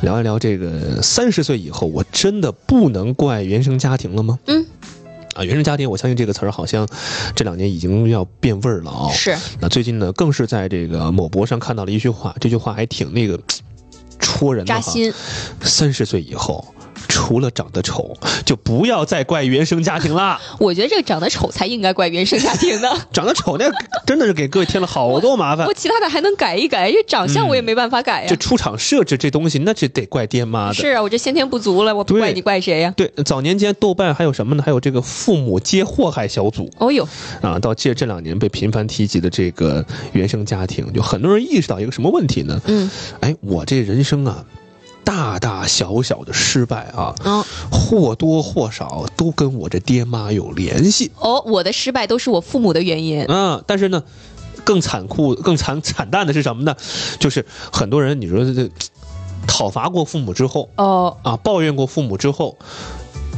聊一聊这个三十岁以后，我真的不能怪原生家庭了吗？嗯，啊，原生家庭，我相信这个词儿好像这两年已经要变味儿了啊、是，那最近呢，更是在这个某博上看到了一句话，这句话还挺那个戳人的扎哈。心。三十岁以后，除了长得丑，就不要再怪原生家庭啦。我觉得这个长得丑才应该怪原生家庭呢。 长得丑那真的是给各位添了好多麻烦我。其他的还能改一改，这长相我嗯也没办法改呀、这出厂设置这东西，那是得怪爹妈是的。啊，我这先天不足了，我不对怪你怪谁呀、对，早年间豆瓣还有什么呢？还有这个父母皆祸害小组哦呦，啊，到这这两年被频繁提及的这个原生家庭，就很多人意识到一个什么问题呢？嗯，哎，我这人生啊，大大小小的失败啊，哦或多或少都跟我这爹妈有联系哦，我的失败都是我父母的原因。啊。但是呢，更残酷、更惨惨淡的是什么呢？就是很多人，你说这这讨伐过父母之后哦啊，抱怨过父母之后，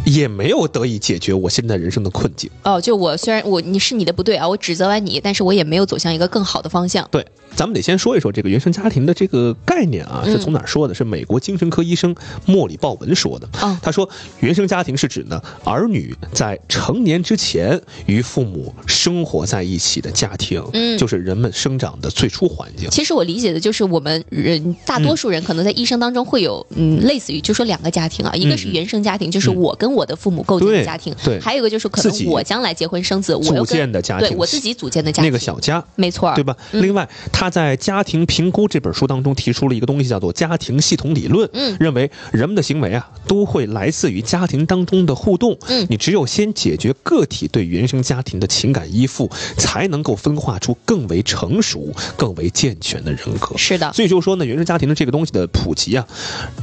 也没有得以解决我现在人生的困境。哦，就我虽然我你是你的不对啊，我指责完你，但是我也没有走向一个更好的方向。对，咱们得先说一说这个原生家庭的这个概念啊，嗯是从哪儿说的？是美国精神科医生莫里鲍文说的。哦他说，原生家庭是指呢儿女在成年之前与父母生活在一起的家庭，嗯就是人们生长的最初环境。其实我理解的就是，我们人大嗯多数人可能在一生当中会有，嗯，类似于就说两个家庭啊，一个是原生家庭，就是我跟我的父母构建的嗯对家庭，对还有一个就是可自能己我将来结婚生子，我又组建跟的家庭对我自己组建的家啊庭，那个小家，没错儿，对吧？嗯另外，他在《家庭评估》这本书当中提出了一个东西，叫做家庭系统理论。嗯认为人们的行为啊，都会来自于家庭当中的互动。嗯你只有先解决个体对原生家庭的情感依附，才能够分化出更为成熟、更为健全的人格。是的，所以就说呢，原生家庭的这个东西的普及啊，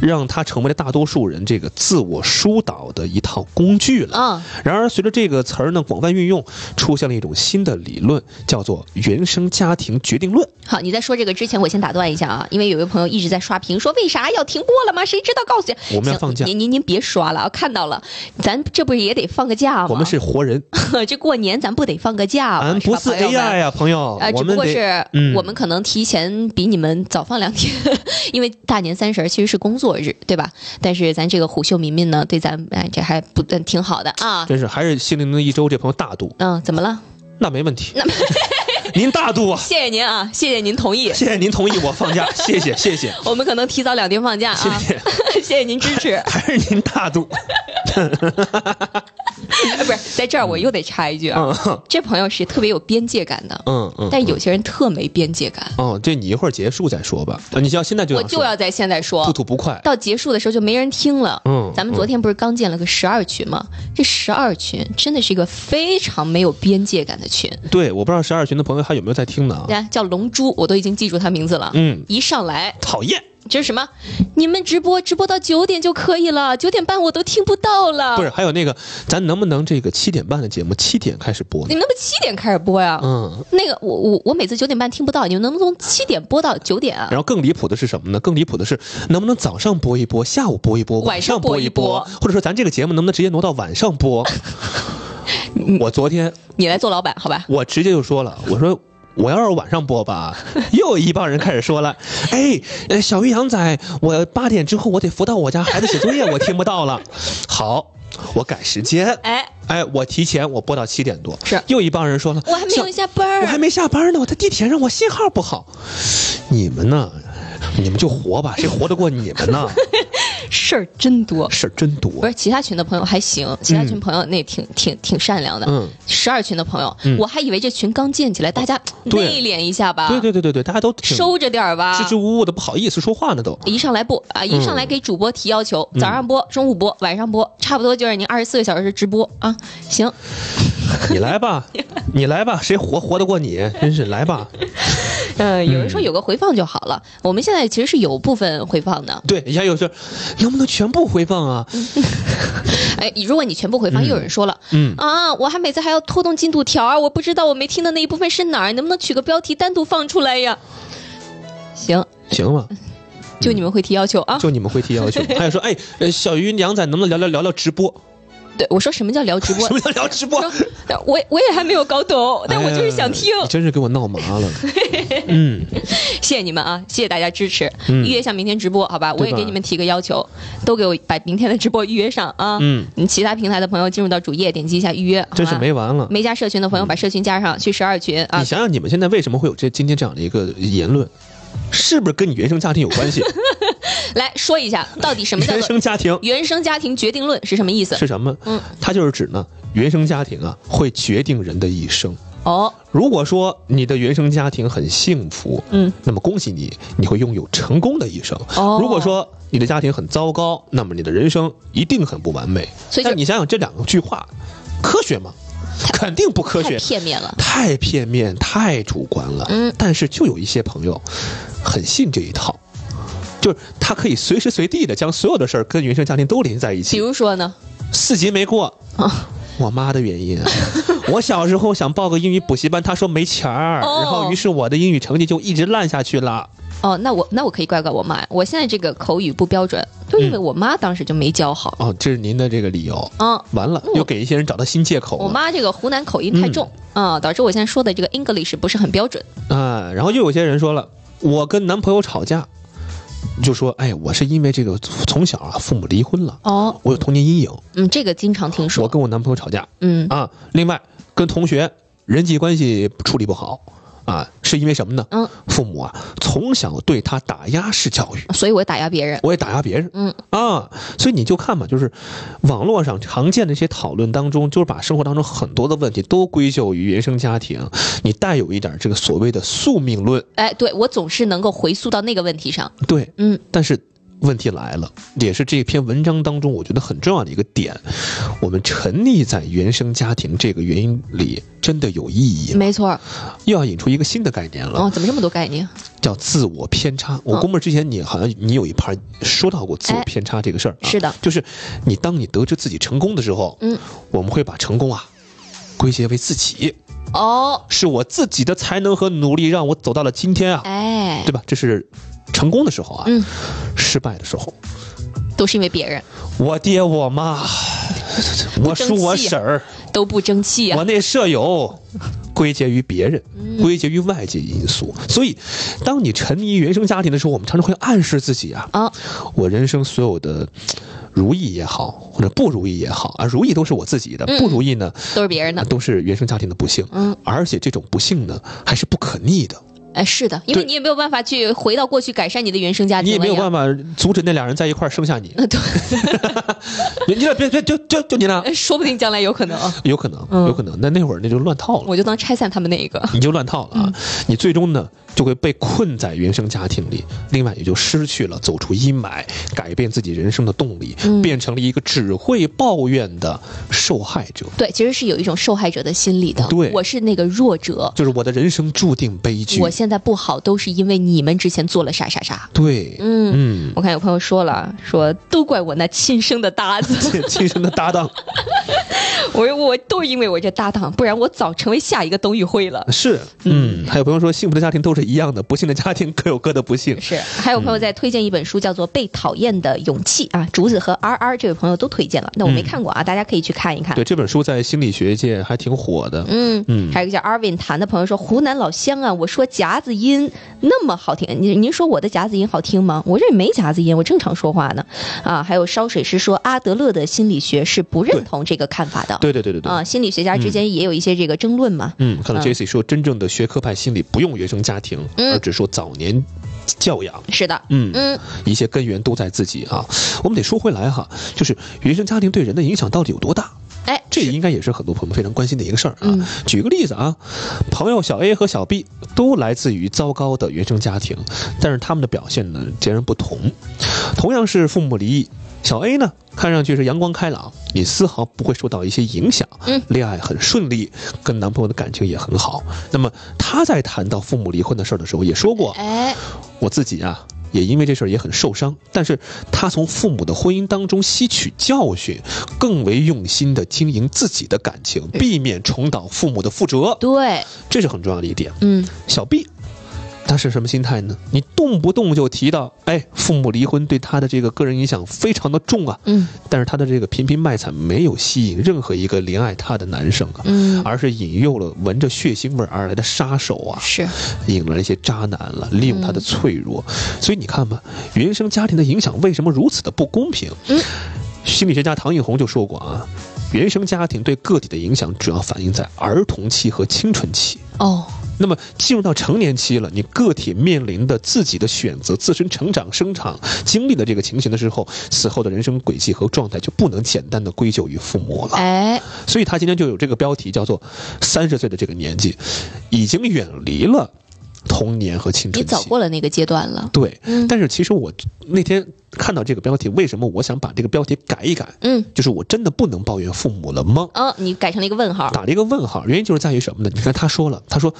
让它成为了大多数人这个自我疏导的一套工具了。嗯，然而，随着这个词儿呢广泛运用，出现了一种新的理论，叫做原生家庭决定论。好，你在说这个之前，我先打断一下啊，因为有位朋友一直在刷屏，说为啥要停播了吗？谁知道告诉你，我们要行放假您您您别刷了啊，看到了，咱这不是也得放个假吗？我们是活人， 这过年咱不得放个假吗？俺吧不是朋友 AI 们呀、朋友，呃，我只不们过得是嗯我们可能提前比你们早放两天， 因为大年三十儿其实是工作日，对吧？但是咱这个虎嗅民民呢，对咱哎这还不嗯挺好的啊。真是还是心灵的一周这朋友大度，嗯，怎么了？那没问题。 您大度啊，谢谢您啊，谢谢您同意，谢谢您同意我放 假，谢谢谢谢我们可能提早两天放假谢啊，谢， 谢谢您支 持。还是您大 度。哎，不是，在这儿我又得插一句啊，嗯这朋友是特别有边界感的，嗯嗯。但有些人特没边界感。哦，这你一会儿结束再说吧。啊你就要现在就我想就说要在现在不说，吐不快。到结束的时候就没人听了。嗯咱们昨天不是刚建了个十二群吗？这十二群真的是一个非常没有边界感的群，对，我不知道十二群的朋友还有没有在听呢啊？家叫龙珠，我都已经记住他名字了。嗯，一上来讨厌。这是什么？你们直播直播到九点就可以了，九点半我都听不到了。不是，，还有那个，咱能不能这个七点半的节目七点开始播你呢？们能不能七点开始播呀？嗯，那个我我我每次九点半听不到，你们能不能从七点播到九点啊然？后更离谱的是什么呢？更离谱的是，能不能早上播一播，下午播一播，晚上上播播一一播或者说咱这个节目能不能直接挪到晚上 播？嗯我昨天你来做老板好吧？我直接就说了，我说。我要是晚上播吧，又有一帮人开始说 了，哎，呃小鱼羊仔，我八点之后我得辅导我家孩子写作业，我听不到了。好，我改时间，哎，哎，我提前我播到七点多。是又一帮人说了，我还没小有下班儿，我还没下班呢，我在地铁上，我信号不 好。你们呢？你们就活吧，谁活得过你们呢？事儿真多。事儿真多。不是其他群的朋友还行，其他群朋友那挺、挺挺善良的。嗯，十二群的朋友，嗯哦我还以为这群刚建起来，大家呃对内敛一下吧，对对对对对，大家都挺啊收啊着点儿吧支。支吾吾的，不好意思说话呢 都。一上来不啊，嗯一上来给主播提要求，早上播、中午播、晚上播，差不多就是您二十四个小时直播啊。行，你来吧，你来吧，谁活活得过你？真是来吧。嗯，有人说有个回放就好了，我们现在其实是有部分回放的。对，人家有说能不能全部回放啊？哎，如果你全部回放，又有人说了，嗯啊，我还每次还要拖动进度条儿，我不知道我没听的那一部分是哪儿，能不能取个标题单独放出来呀？行，行吧，就你们会提要求啊。就你们会提要 求。还有说，哎，呃小鱼娘仔能不能聊聊聊聊直播？啊对，我说什么叫聊直播 什？么叫聊直播？说我我也还没有搞懂，但哎我就是想听哎呀。你真是给我闹麻 了。嗯，谢谢你们啊，谢谢大家支持。嗯预约一下明天直播，好对吧？吧我也给你们提个要求，都给我把明天的直播预约上啊。嗯，你其他平台的朋友进入到主页点击一下预约，好吗真是没完了。没加社群的朋友把社群加上，去十二群啊你。想想，你们现在为什么会有这今天这样的一个言论？是不是跟你原生家庭有关系？嗯来说一下，到底 什么叫原做生家庭原生家庭决定论是什么意思？是什么？嗯，它就是指呢，原生家庭啊，会决定人的一生。哦，如果说你的原生家庭很幸福，嗯，那么恭喜你，你会拥有成功的一生。哦如果说你的家庭很糟糕，那么你的人生一定很不完美。所以就但你想想这两句话，科学吗？肯定不科太学，片面了。太片面，太主观了。嗯但是就有一些朋友很信这一套，就是他可以随时随地的将所有的事儿跟原生家庭都连在一比起。如说呢？四级没过，啊，我妈的原 因啊。我小时候想报个英语补习班，她说没钱儿，哦然后于是我的英语成绩就一直烂下去了。哦，那我那我可以怪怪我妈，我现在这个口语不标准，就嗯因为我妈当时就没教好。哦，这是您的这个理由。啊，完了，我又给一些人找到新借口我了妈这个湖南口嗯音太重啊，导致我现在说的这个 English 不是很标准。啊！然后又有些人说了，我跟男朋友吵架，就说哎，我是因为这个从小啊父母离婚了，哦，我有童年阴影，嗯，这个经常听我说。跟我男朋友吵架嗯啊。另外跟同学人际关系处理不好啊，是因为什么呢？嗯，父母啊从小对他打压式教育，所以我打压别人。我也打压别人。嗯啊，所以你就看吧，就是网络上常见的一些讨论当中，就是把生活当中很多的问题都归咎于原生家庭，你带有一点这个所谓的宿命论，哎，对我总是能够回溯到那个问题上。对，嗯，但是。问题来了，也是这篇文章当中我觉得很重要的一个点。我们沉溺在原生家庭这个原因里，真的有意义吗？没错儿。又要引出一个新的概念了，嗯哦，怎么这么多概念？叫自我偏差。我嗯估摸之前你好像你有一盘说到过自我偏差这个事儿、啊哎是的就是你当你得知自己成功的时候，嗯，我们会把成功啊归结为自己，哦，是我自己的才能和努力让我走到了今天啊，哎对，吧？这是成功的时候啊，嗯，失败的时候，都是因为别人我爹我妈，啊我叔我婶儿，都不争气呀、我那舍友。归结于别人，嗯归结于外界因素。所以，当你沉迷于原生家庭的时候，我们常常会暗示自己啊，啊。我人生所有的如意也好，或者不如意也好啊，如意都是我自己的，嗯不如意呢都是别人的。都是原生家庭的不幸。嗯，而且这种不幸呢还是不可逆的，哎，是的，因为对你也没有办法去回到过去改善你的原生家你庭也了没呀，有办法阻止那俩人在一块儿生下你。呃 对， 你你俩别别就就就你俩，哎 说不定将来有可能 啊，有可能，有可能。那那会儿那就乱套了。我就当拆散他们那一个。你就乱套了啊！嗯你最终呢就会被困在原生家庭里，另外也就失去了走出阴霾、改变自己人生的动力，嗯变成了一个只会抱怨的受害者。对，其实是有一种受害者的心理的。对我是那个弱者，就是我的人生注定悲剧。我现在不好都是因为你们之前做了啥啥啥。对，嗯，嗯，我看有朋友说了，说都怪我那亲生的搭子， 这亲生的搭档我说我都是因为我这搭档，不然我早成为下一个董宇辉了。是，嗯，还有朋友说幸福的家庭都是一样的，不幸的家庭 各有各的不幸。是，还有嗯朋友在推荐一本书，叫做《被讨厌的勇气》啊，竹子和 R R 这位朋友都推荐了，那我没看过啊，大家可以去看一看。嗯对，这本书在心理学界还挺火的。嗯，嗯还有一个叫 Arvin 谭的朋友说，湖南老乡啊，我说夹子音那么好听，您您说我的夹子音好听吗？我这没夹子音，我正常说话呢。啊，还有烧水师说，阿德勒的心理学是不认同这个看法的。对对对对对。啊，心理学家之间也有一些这个争论嘛。嗯，看到嗯 J C 说，真正的学科派心理不用原生家庭，嗯而只说早年教养。是的，嗯嗯，一些根源都在自己啊。我们得说回来哈，就是原生家庭对人的影响到底有多大？哎，嗯这应该也是很多朋友非常关心的一个事儿啊。嗯举个例子啊，朋友小 A 和小 B 都来自于糟糕的原生家庭，但是他们的表现呢截然不同。同样是父母离异，小 A 呢看上去是阳光开朗，也丝毫不会受到一些影响，嗯恋爱很顺利，跟男朋友的感情也很好。那么她在谈到父母离婚的事儿的时候，也说过，哎，我自己啊，也因为这事儿也很受伤，但是他从父母的婚姻当中吸取教训，更为用心的经营自己的感情，避免重蹈父母的覆辙，对，这是很重要的一点。嗯，小 B。他是什么心态呢？你动不动就提到，哎，父母离婚对他的这个个人影响非常的重啊，嗯，但是他的这个频频卖惨没有吸引任何一个怜爱他的男生啊，嗯，而是引诱了闻着血腥味儿而来的杀手啊，是，引了一些渣男了，利用他的脆弱。所以你看吧，原生家庭的影响为什么如此的不公平？嗯心理学家唐映红就说过啊，原生家庭对个体的影响主要反映在儿童期和青春期。哦，那么进入到成年期了，你个体面临的自己的选择、自身成长、生长经历的这个情形的时候，此后的人生轨迹和状态就不能简单的归咎于父母了。哎，所以他今天就有这个标题叫做“三十岁的这个年纪，已经远离了童年和青你春期”。走过了那个阶段了，对，嗯但是其实我那天看到这个标题，为什么我想把这个标题改一改？嗯，就是我真的不能抱怨父母了吗？哦，你改成了一个问号，打了一个问号，原因就是在于什么呢？你看他说了，他说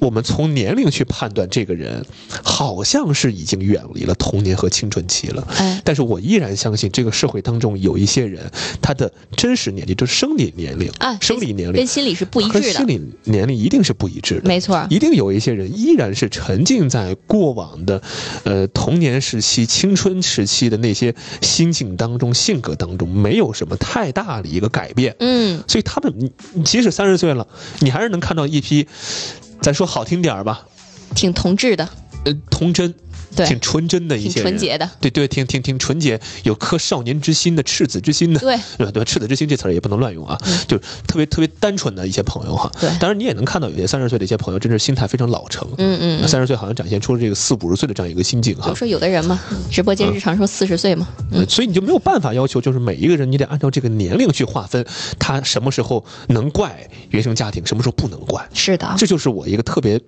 我们从年龄去判断这个人，好像是已经远离了童年和青春期了。哎，但是我依然相信，这个社会当中有一些人，他的真实年龄就是生理年龄啊，生理年龄跟心理是不一和致心的，理年龄一定是不一致的。没错，一定有一些人依然是沉浸在过往的，呃，童年时期、青春时期的那些心境当中、性格当中，没有什么太大的一个改变。嗯，所以他们，你你即使三十岁了，你还是能看到一批，咱说好听点儿吧，挺同质的，呃，童真、挺对，纯真的一挺些人，纯洁的，对对，挺挺挺纯洁，有颗少年之心的、赤子之心的，对，对对，赤子之心这词儿也不能乱用啊，嗯就是特别特别单纯的一些朋友哈。对当然你也能看到有些三十岁的一些朋友，真是心态非常老成。嗯嗯。嗯三十岁好像展现出了这个四五十岁的这样一个心境就哈，说有的人嘛，嗯直播间日常说四十岁嘛，嗯呃所以你就没有办法要求，就是每一个人你得按照这个年龄去划分，他什么时候能怪原生家庭，什么时候不能怪，是的，这就是我一个特别嘖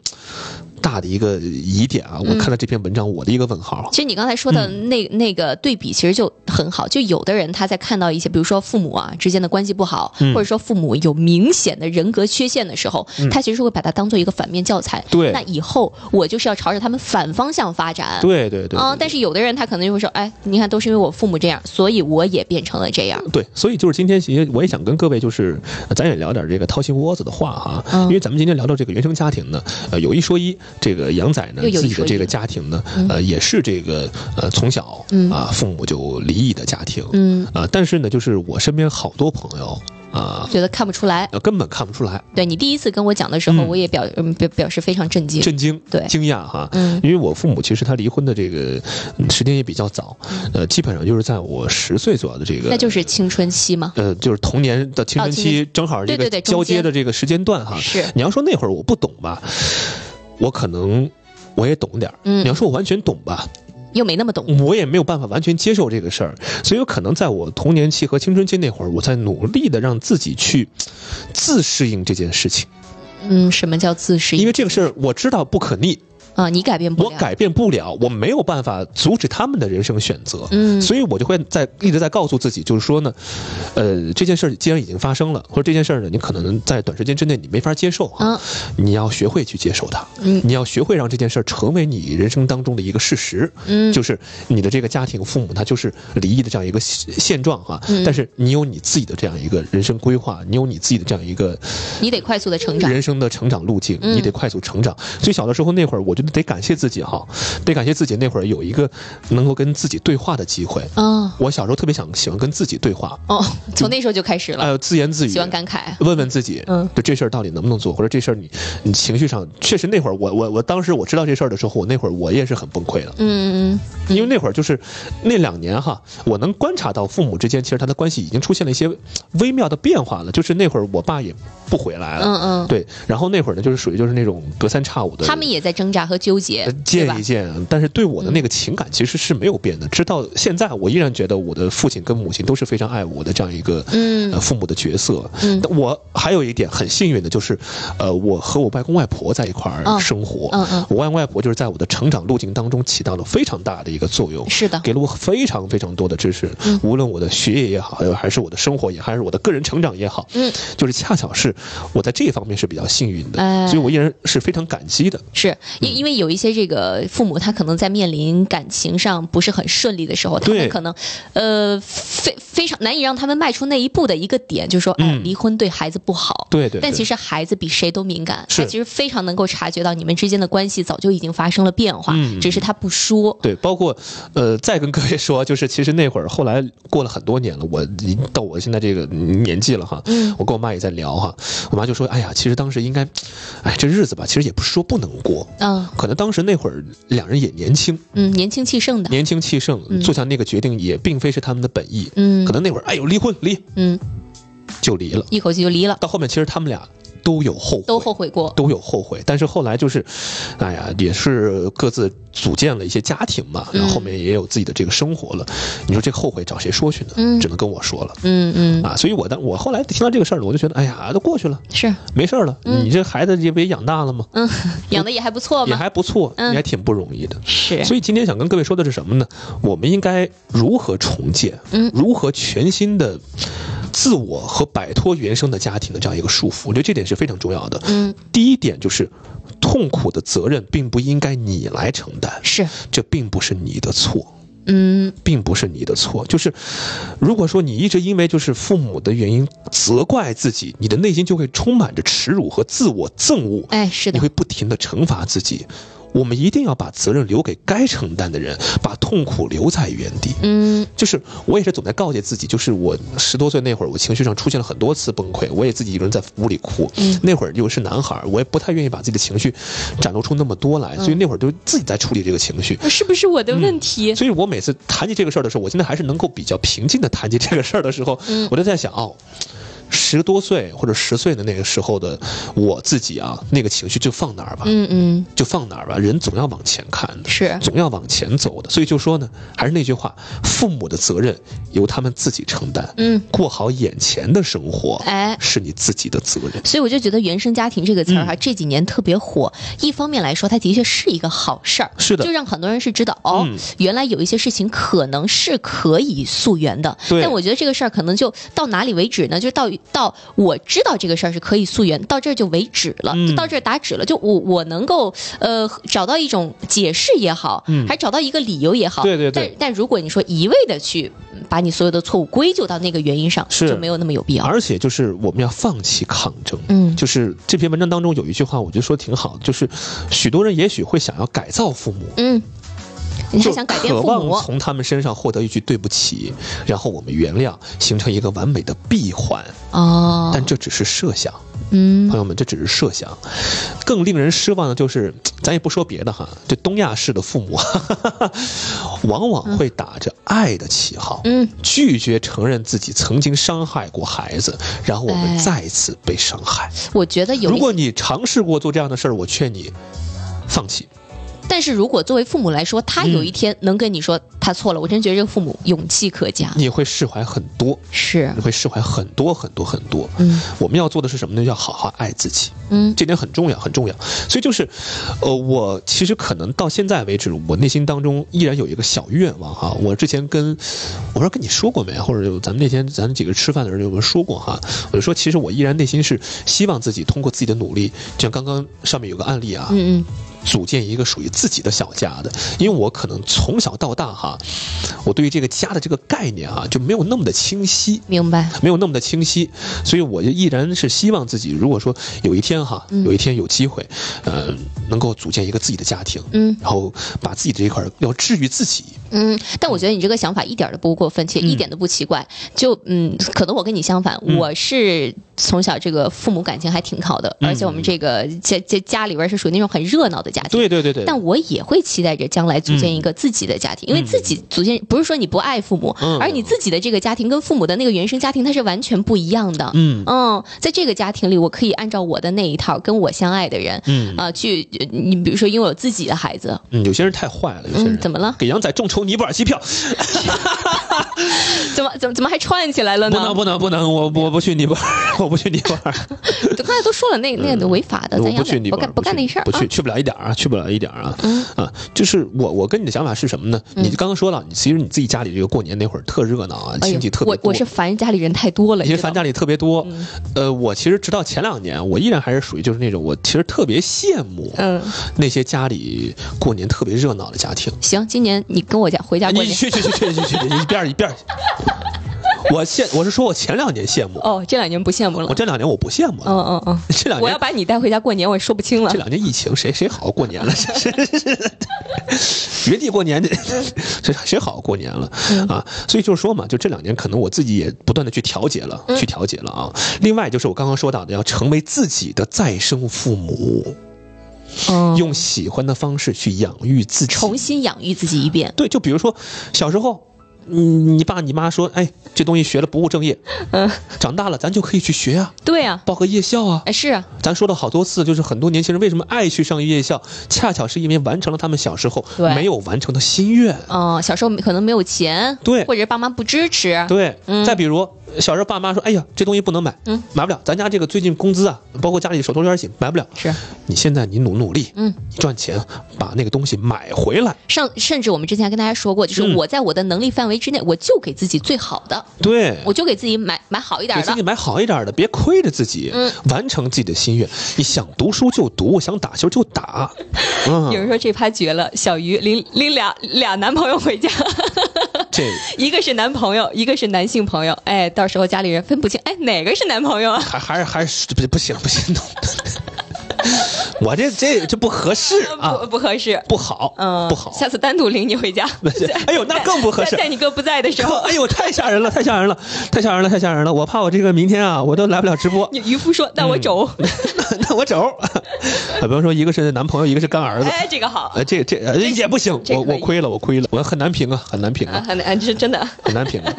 大的一个疑点啊。我嗯看了这篇文章，我的一个问号。其实你刚才说的那、那个对比，其实就很嗯好。就有的人他在看到一些，比如说父母啊之间的关系不好，嗯或者说父母有明显的人格缺陷的时候，他其实会把它当做一个反面教材。对那以后我就是要朝着他们反方向发展。对对对啊、但是有的人他可能就会说，哎，你看都是因为我父母这样，所以我也变成了这样。对，所以就是今天其实我也想跟各位就是，呃咱也聊点这个掏心窝子的话哈，嗯因为咱们今天聊到这个原生家庭呢，呃，有一说一，这个杨仔呢又有一自己说的一这个家庭呢，呃，也是这个呃从小嗯啊父母就离异的家庭，嗯，啊，但是呢，就是我身边好多朋友啊。觉得看不出来。呃根本看不出来，对你第一次跟我讲的时候，嗯我也表嗯表表示非常震惊。震惊，对惊讶哈，嗯因为我父母其实他离婚的这个嗯时间也比较早，呃，基本上就是在我十岁左右的这个，嗯那就是青春期嘛。呃，就是童年的青哦春青期，正好这对个对对中交接间的这个时间段哈。是你要说那会儿我不懂吧，我可能我也懂点儿。嗯你要说我完全懂吧，又没那么懂。我也没有办法完全接受这个事儿，所以有可能在我童年期和青春期那会儿，我在努力的让自己去自适应这件事情，嗯，什么叫自适应因？为这个事儿我知道不可逆，啊，你改变不我了。改变不了，我没有办法阻止他们的人生选择。嗯所以我就会在一直在告诉自己，就是说呢，呃，这件事儿既然已经发生了，或者这件事儿呢，你可能在短时间之内你没法接受啊，啊，你要学会去接受它，嗯你要学会让这件事儿成为你人生当中的一个事实，嗯，就是你的这个家庭父母他就是离异的这样一个现现状啊，嗯但是你有你自己的这样一个人生规划，你有你自己的这样一个你得快速的成长。人生的成长路径，嗯你得快速成长。所以小的时候那会儿，我觉得得感谢自己哈，得感谢自己那会儿有一个能够跟自己对话的机会。啊我小时候特别想喜欢跟自己对话，哦，从那时候就开始了，呃，自言自语，喜欢感慨。问问自己，嗯，就这事儿到底能不能做，或者这事儿你你情绪上确实那会儿我我我当时我知道这事儿的时候，我那会儿我也是很崩溃的，嗯嗯因为那会儿就是那两年哈，我能观察到父母之间其实他的关系已经出现了一些微妙的变化了。就是那会儿我爸也不回来了。嗯嗯，对，然后那会儿呢，就是属于就是那种隔三差五的，他们也在挣扎和纠结呃，对见吧嗯一？见，但是对我的那个情感其实是没有变的。直到现在，我依然觉得我的父亲跟母亲都是非常爱我的这样一个、嗯呃父母的角色。嗯但我还有一点很幸运的就是，呃，我和我外公外婆在一块嗯儿生活，嗯嗯，我外公外婆就是在我的成长路径当中起到了非常大的一个作用。是的，给了我非常非常多的支持，嗯无论我的学业也好，还是我的生活也，还是我的个人成长也好，嗯，就是恰巧是我在这方面是比较幸运的，哎所以我依然是非常感激的。是嗯因因为有一些这个父母，他可能在面临感情上不是很顺利的时候，他们对可能呃非非常难以让他们迈出那一步的一个点，就是说，哎，嗯离婚对孩子不好。对对对，但其实孩子比谁都敏感，是他其实非常能够察觉到你们之间的关系早就已经发生了变化，嗯只是他不说。对，包括呃，再跟各位说，就是其实那会儿后来过了很多年了，我已经到我现在这个年纪了哈，嗯我跟我妈也在聊哈，我妈就说，哎呀，其实当时应该，哎，这日子吧，其实也不是说不能过，嗯可能当时那会儿两人也年轻，嗯，年轻气盛的，年轻气嗯盛，做下那个决定也并非是他们的本意，嗯可能那会儿哎呦离婚离嗯，就离了，一口气就离了，到后面其实他们俩都有后悔，都后悔过。都有后悔，但是后来就是，哎呀，也是各自组建了一些家庭嘛，嗯然后后面也有自己的这个生活了。你说这个后悔找谁说去呢？嗯只能跟我说了。嗯嗯，啊，所以我当我后来听到这个事儿了，我就觉得，哎呀，都过去了，是没事儿了。嗯你这孩子也不也养大了吗？养的也还不错也嘛，还不错，嗯也还挺不容易的。是所以今天想跟各位说的是什么呢？我们应该如何重建，嗯如何全新的自我和摆脱原生的家庭的这样一个束缚，我觉得这点是非常重要的。嗯第一点就是，痛苦的责任并不应该你来承担，是这并不是你的错，嗯并不是你的错。就是，如果说你一直因为就是父母的原因责怪自己，你的内心就会充满着耻辱和自我憎恶，哎是你的会不停的惩罚自己。我们一定要把责任留给该承担的人，把痛苦留在原地。嗯就是我也是总在告诫自己，就是我十多岁那会儿，我情绪上出现了很多次崩溃，我也自己一个人在屋里哭。嗯那会儿又是男孩儿，我也不太愿意把自己的情绪展露出那么多来，嗯所以那会儿就自己在处理这个情绪。是不是我嗯的问题？所以我每次谈起这个事儿的时候，我现在还是能够比较平静的谈起这个事儿的时候，嗯我就在想哦。十多岁或者十岁的那个时候的我自己啊，那个情绪就放哪儿吧，嗯嗯就放哪儿吧。人总要往前看的，是总要往前走的。所以就说呢，还是那句话，父母的责任由他们自己承担，嗯过好眼前的生活哎。是你自己的责任。所以我就觉得“原生家庭”这个嗯词儿哈、这几年特别火。一方面来说，它的确是一个好事儿，是的就让很多人是知道哦，嗯原来有一些事情可能是可以溯源的。对但我觉得这个事儿可能就到哪里为止呢？就到到我知道这个事儿是可以溯源，到这儿就为止了，嗯就到这儿打止了。就我我能够呃找到一种解释也好，嗯还找到一个理由也好。对对对但但如果你说一味的去把你所有的错误归咎到那个原因上，是就没有那么有必要。而且就是我们要放弃抗争。嗯就是这篇文章当中有一句话，我觉得说挺好的，就是许多人也许会想要改造父母，嗯，你还就想改变渴父母望？从他们身上获得一句对不起，然后我们原谅，形成一个完美的闭环。哦，但这只是设想，嗯朋友们，这只是设想。更令人失望的就是，咱也不说别的哈，这东亚式的父母， 哈哈哈，往往会打着爱的旗号。嗯，拒绝承认自己曾经伤害过孩子，然后我哎们再次被伤害。我觉哎得有一如果你尝试过做这样的事儿，我劝你放弃。但是如果作为父母来说，他有一天能跟你说他错了，我真觉得这个父母勇气可嘉。你会释怀很多，是啊你，会释怀很多很多很多。嗯我们要做的是什么呢？要好好爱自己，嗯这点很重要，很重要。所以就是，呃，我其实可能到现在为止，我内心当中依然有一个小愿望哈。我之前跟我不知道跟你说过没，或者咱们那天咱们几个吃饭的时候有没有说过哈？我就说，其实我依然内心是希望自己通过自己的努力，就像刚刚上面有个案例啊，嗯嗯，组建一个属于自己的小家的，因为我可能从小到大哈，我对于这个家的这个概念啊就没有那么的清晰，明白。没有那么的清晰，所以我就依然是希望自己，如果说有一天哈，嗯有一天有机会，呃，能够组建一个自己的家庭，嗯然后把自己这一块儿要治愈自己，嗯，但我觉得你这个想法一点儿都不过分，且一点都不奇怪。就嗯，可能我跟你相反，嗯我是从小这个父母感情还挺好的，而且我们这个家家家里边是属于那种很热闹的家庭。对对对对，但我也会期待着将来组建一个自己的家庭，因为自己组建不是说你不爱父母，嗯而你自己的这个家庭跟父母的那个原生家庭它是完全不一样的。嗯嗯，在这个家庭里，我可以按照我的那一套跟我相爱的人嗯啊、去你比如说拥有自己的孩子，嗯，有些人太坏了，有些人嗯，怎 么了？给杨仔众筹尼泊尔机票，怎么怎么怎么还串起来了不能呢？不能不能，我我不去尼泊尔， 我不去尼泊尔，刚才都说了，那 那个违法的，我咱不要去尼泊不尔，干不干去那事儿不啊去，。去不了一点儿啊，去不了一点儿啊嗯啊！就是我我跟你的想法是什么呢？你刚刚说了，你其实你自己家里这个过年那会儿特热闹啊，哎呦亲戚特别我多，我是烦家里人太多了，因为你知道樊吗家里特别多嗯。呃，我其实直到前两年，我依然还是属于就是那种我其实特别羡慕嗯，那些家里过年特别热闹的家庭。行，今年你跟我家回家过哎你年。去去去去去去去，一边儿一边儿。我现我是说我前两年羡慕，哦，这两年不羡慕了我。这两年我不羡慕了。嗯嗯嗯，这两我年要把你带回家过年，我也说不清了这。两年疫情，谁谁好过年了？谁谁谁原地过年，谁谁好过年了啊？所以就是说嘛，就这两年可能我自己也不断的去调节了，嗯去调节了啊。另外就是我刚刚说到的，要成为自己的再生父母，哦嗯，用喜欢的方式去养育自己。重新养育自己一遍。对，就比如说小时候。嗯，你爸你妈说，哎，这东西学了不务正业，嗯，长大了咱就可以去学啊，对啊，报个夜校啊，哎是啊，咱说了好多次，就是很多年轻人为什么爱去上夜校，恰巧是因为完成了他们小时候对没有完成的心愿。嗯，小时候可能没有钱，对或者爸妈不支持，对，嗯再比如小时候爸妈说：“哎呀，这东西不能买，嗯买不了。咱家这个最近工资啊，包括家里手头有点紧，买不了。是，你现在你努努力，嗯，你赚钱把那个东西买回来。上甚至我们之前还跟大家说过，就是嗯我在我的能力范围之内，我就给自己最好的，对，我就给自己买买好一点给自己的。买好一点的，别亏着自己，嗯完成自己的心愿。你想读书就读，想打球就打， 有嗯，人说这趴绝了，小鱼拎拎俩俩男朋友回家， 这一个是男朋友，一个是男性朋友，哎，到时候家里人分不清，哎，哪个是男朋友啊？还还是还是不不行不行， 我这这这不合适啊不，不合适，不好，嗯，不好。。下次单独领你回家 哎呦那更不合适在在你哥不在的时候，哎呦，太吓人了，太吓人了，太吓人了，太吓人了！我怕我这个明天啊，我都来不了直播 。你渔夫嗯说：“那我走。那那我 走。啊比方说，一个是男朋友，一个是干儿子，哎，这个好，呃，这这呃也不行，这我可我以亏了，我亏了，我很难评啊，很难评啊啊，，很难，这是真的。很难评 啊。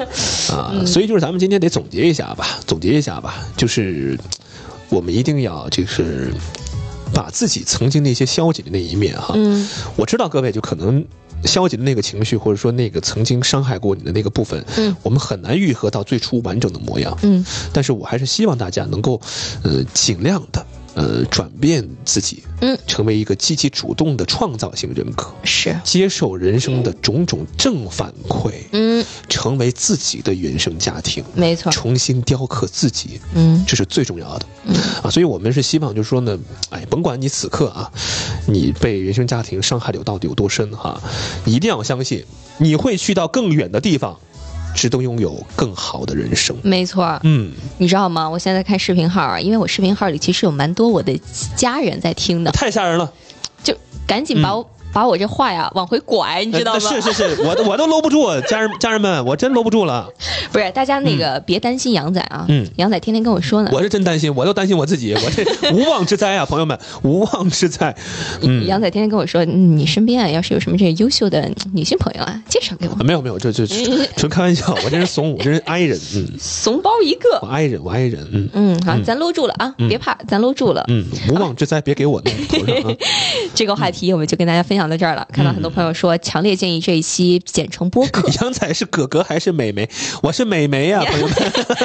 嗯啊，所以就是咱们今天得总结一下吧，总结一下吧，就是我们一定要就是把自己曾经那些消极的那一面哈，嗯，我知道各位就可能消极的那个情绪，或者说那个曾经伤害过你的那个部分，嗯，我们很难愈合到最初完整的模样，嗯，但是我还是希望大家能够，呃，尽量的。呃，转变自己，嗯，成为一个积极主动的创造性人格，是，接受人生的种种正反馈，嗯，成为自己的原生家庭，没错，重新雕刻自己，嗯这是最重要的，啊，所以我们是希望就是说呢，哎，甭管你此刻啊，你被原生家庭伤害的有到底有多深哈、你一定要相信，你会去到更远的地方，值得拥有更好的人生。没错。嗯，你知道吗？我现在看视频号啊，因为我视频号里其实有蛮多我的家人在听的，太吓人了，就赶紧把我、把我这话呀往回拐，你知道吗？呃是是是，我都我都搂不住，啊家人家人们，我真搂不住了，不是，大家那个别担心杨仔啊，嗯杨仔天天跟我说呢，我是真担心，我都担心我自己，我这无妄之灾啊，朋友们，无妄之灾。嗯，杨仔天天跟我说，嗯你身边啊要是有什么这个优秀的女性朋友啊，介绍给我啊，没有没有，这这纯纯开玩笑，我真是怂，我真是 i 人，嗯，怂包一我个。 i 人，我 i 人，嗯。嗯，好，咱搂住了啊，别怕，咱搂住了。嗯，无妄之灾别给我弄头上啊！这个话题我们就跟大家分享到这儿了。看到很多朋友说，强烈建议这一期剪成播客。杨仔是哥哥还是美眉？我是美眉啊，朋友们。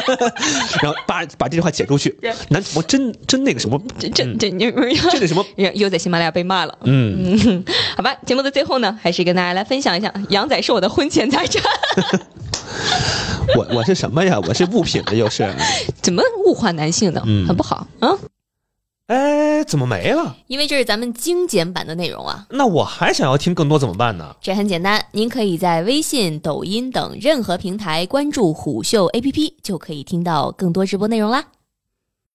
然后把把这句话剪出去，男主播真真那个什么，这这这你不是真那什么，又在喜马拉雅被骂了。嗯，嗯，好吧，节目的最后呢，还是跟大家来分享一下，杨仔是我的婚前财产， 我我是什么呀？我是物品了，又是。怎么物化男性呢？嗯很不好啊。哎，怎么没了？因为这是咱们精简版的内容啊。那我还想要听更多怎么办呢？这很简单，您可以在微信、抖音等任何平台关注虎嗅 APP，就可以听到更多直播内容啦。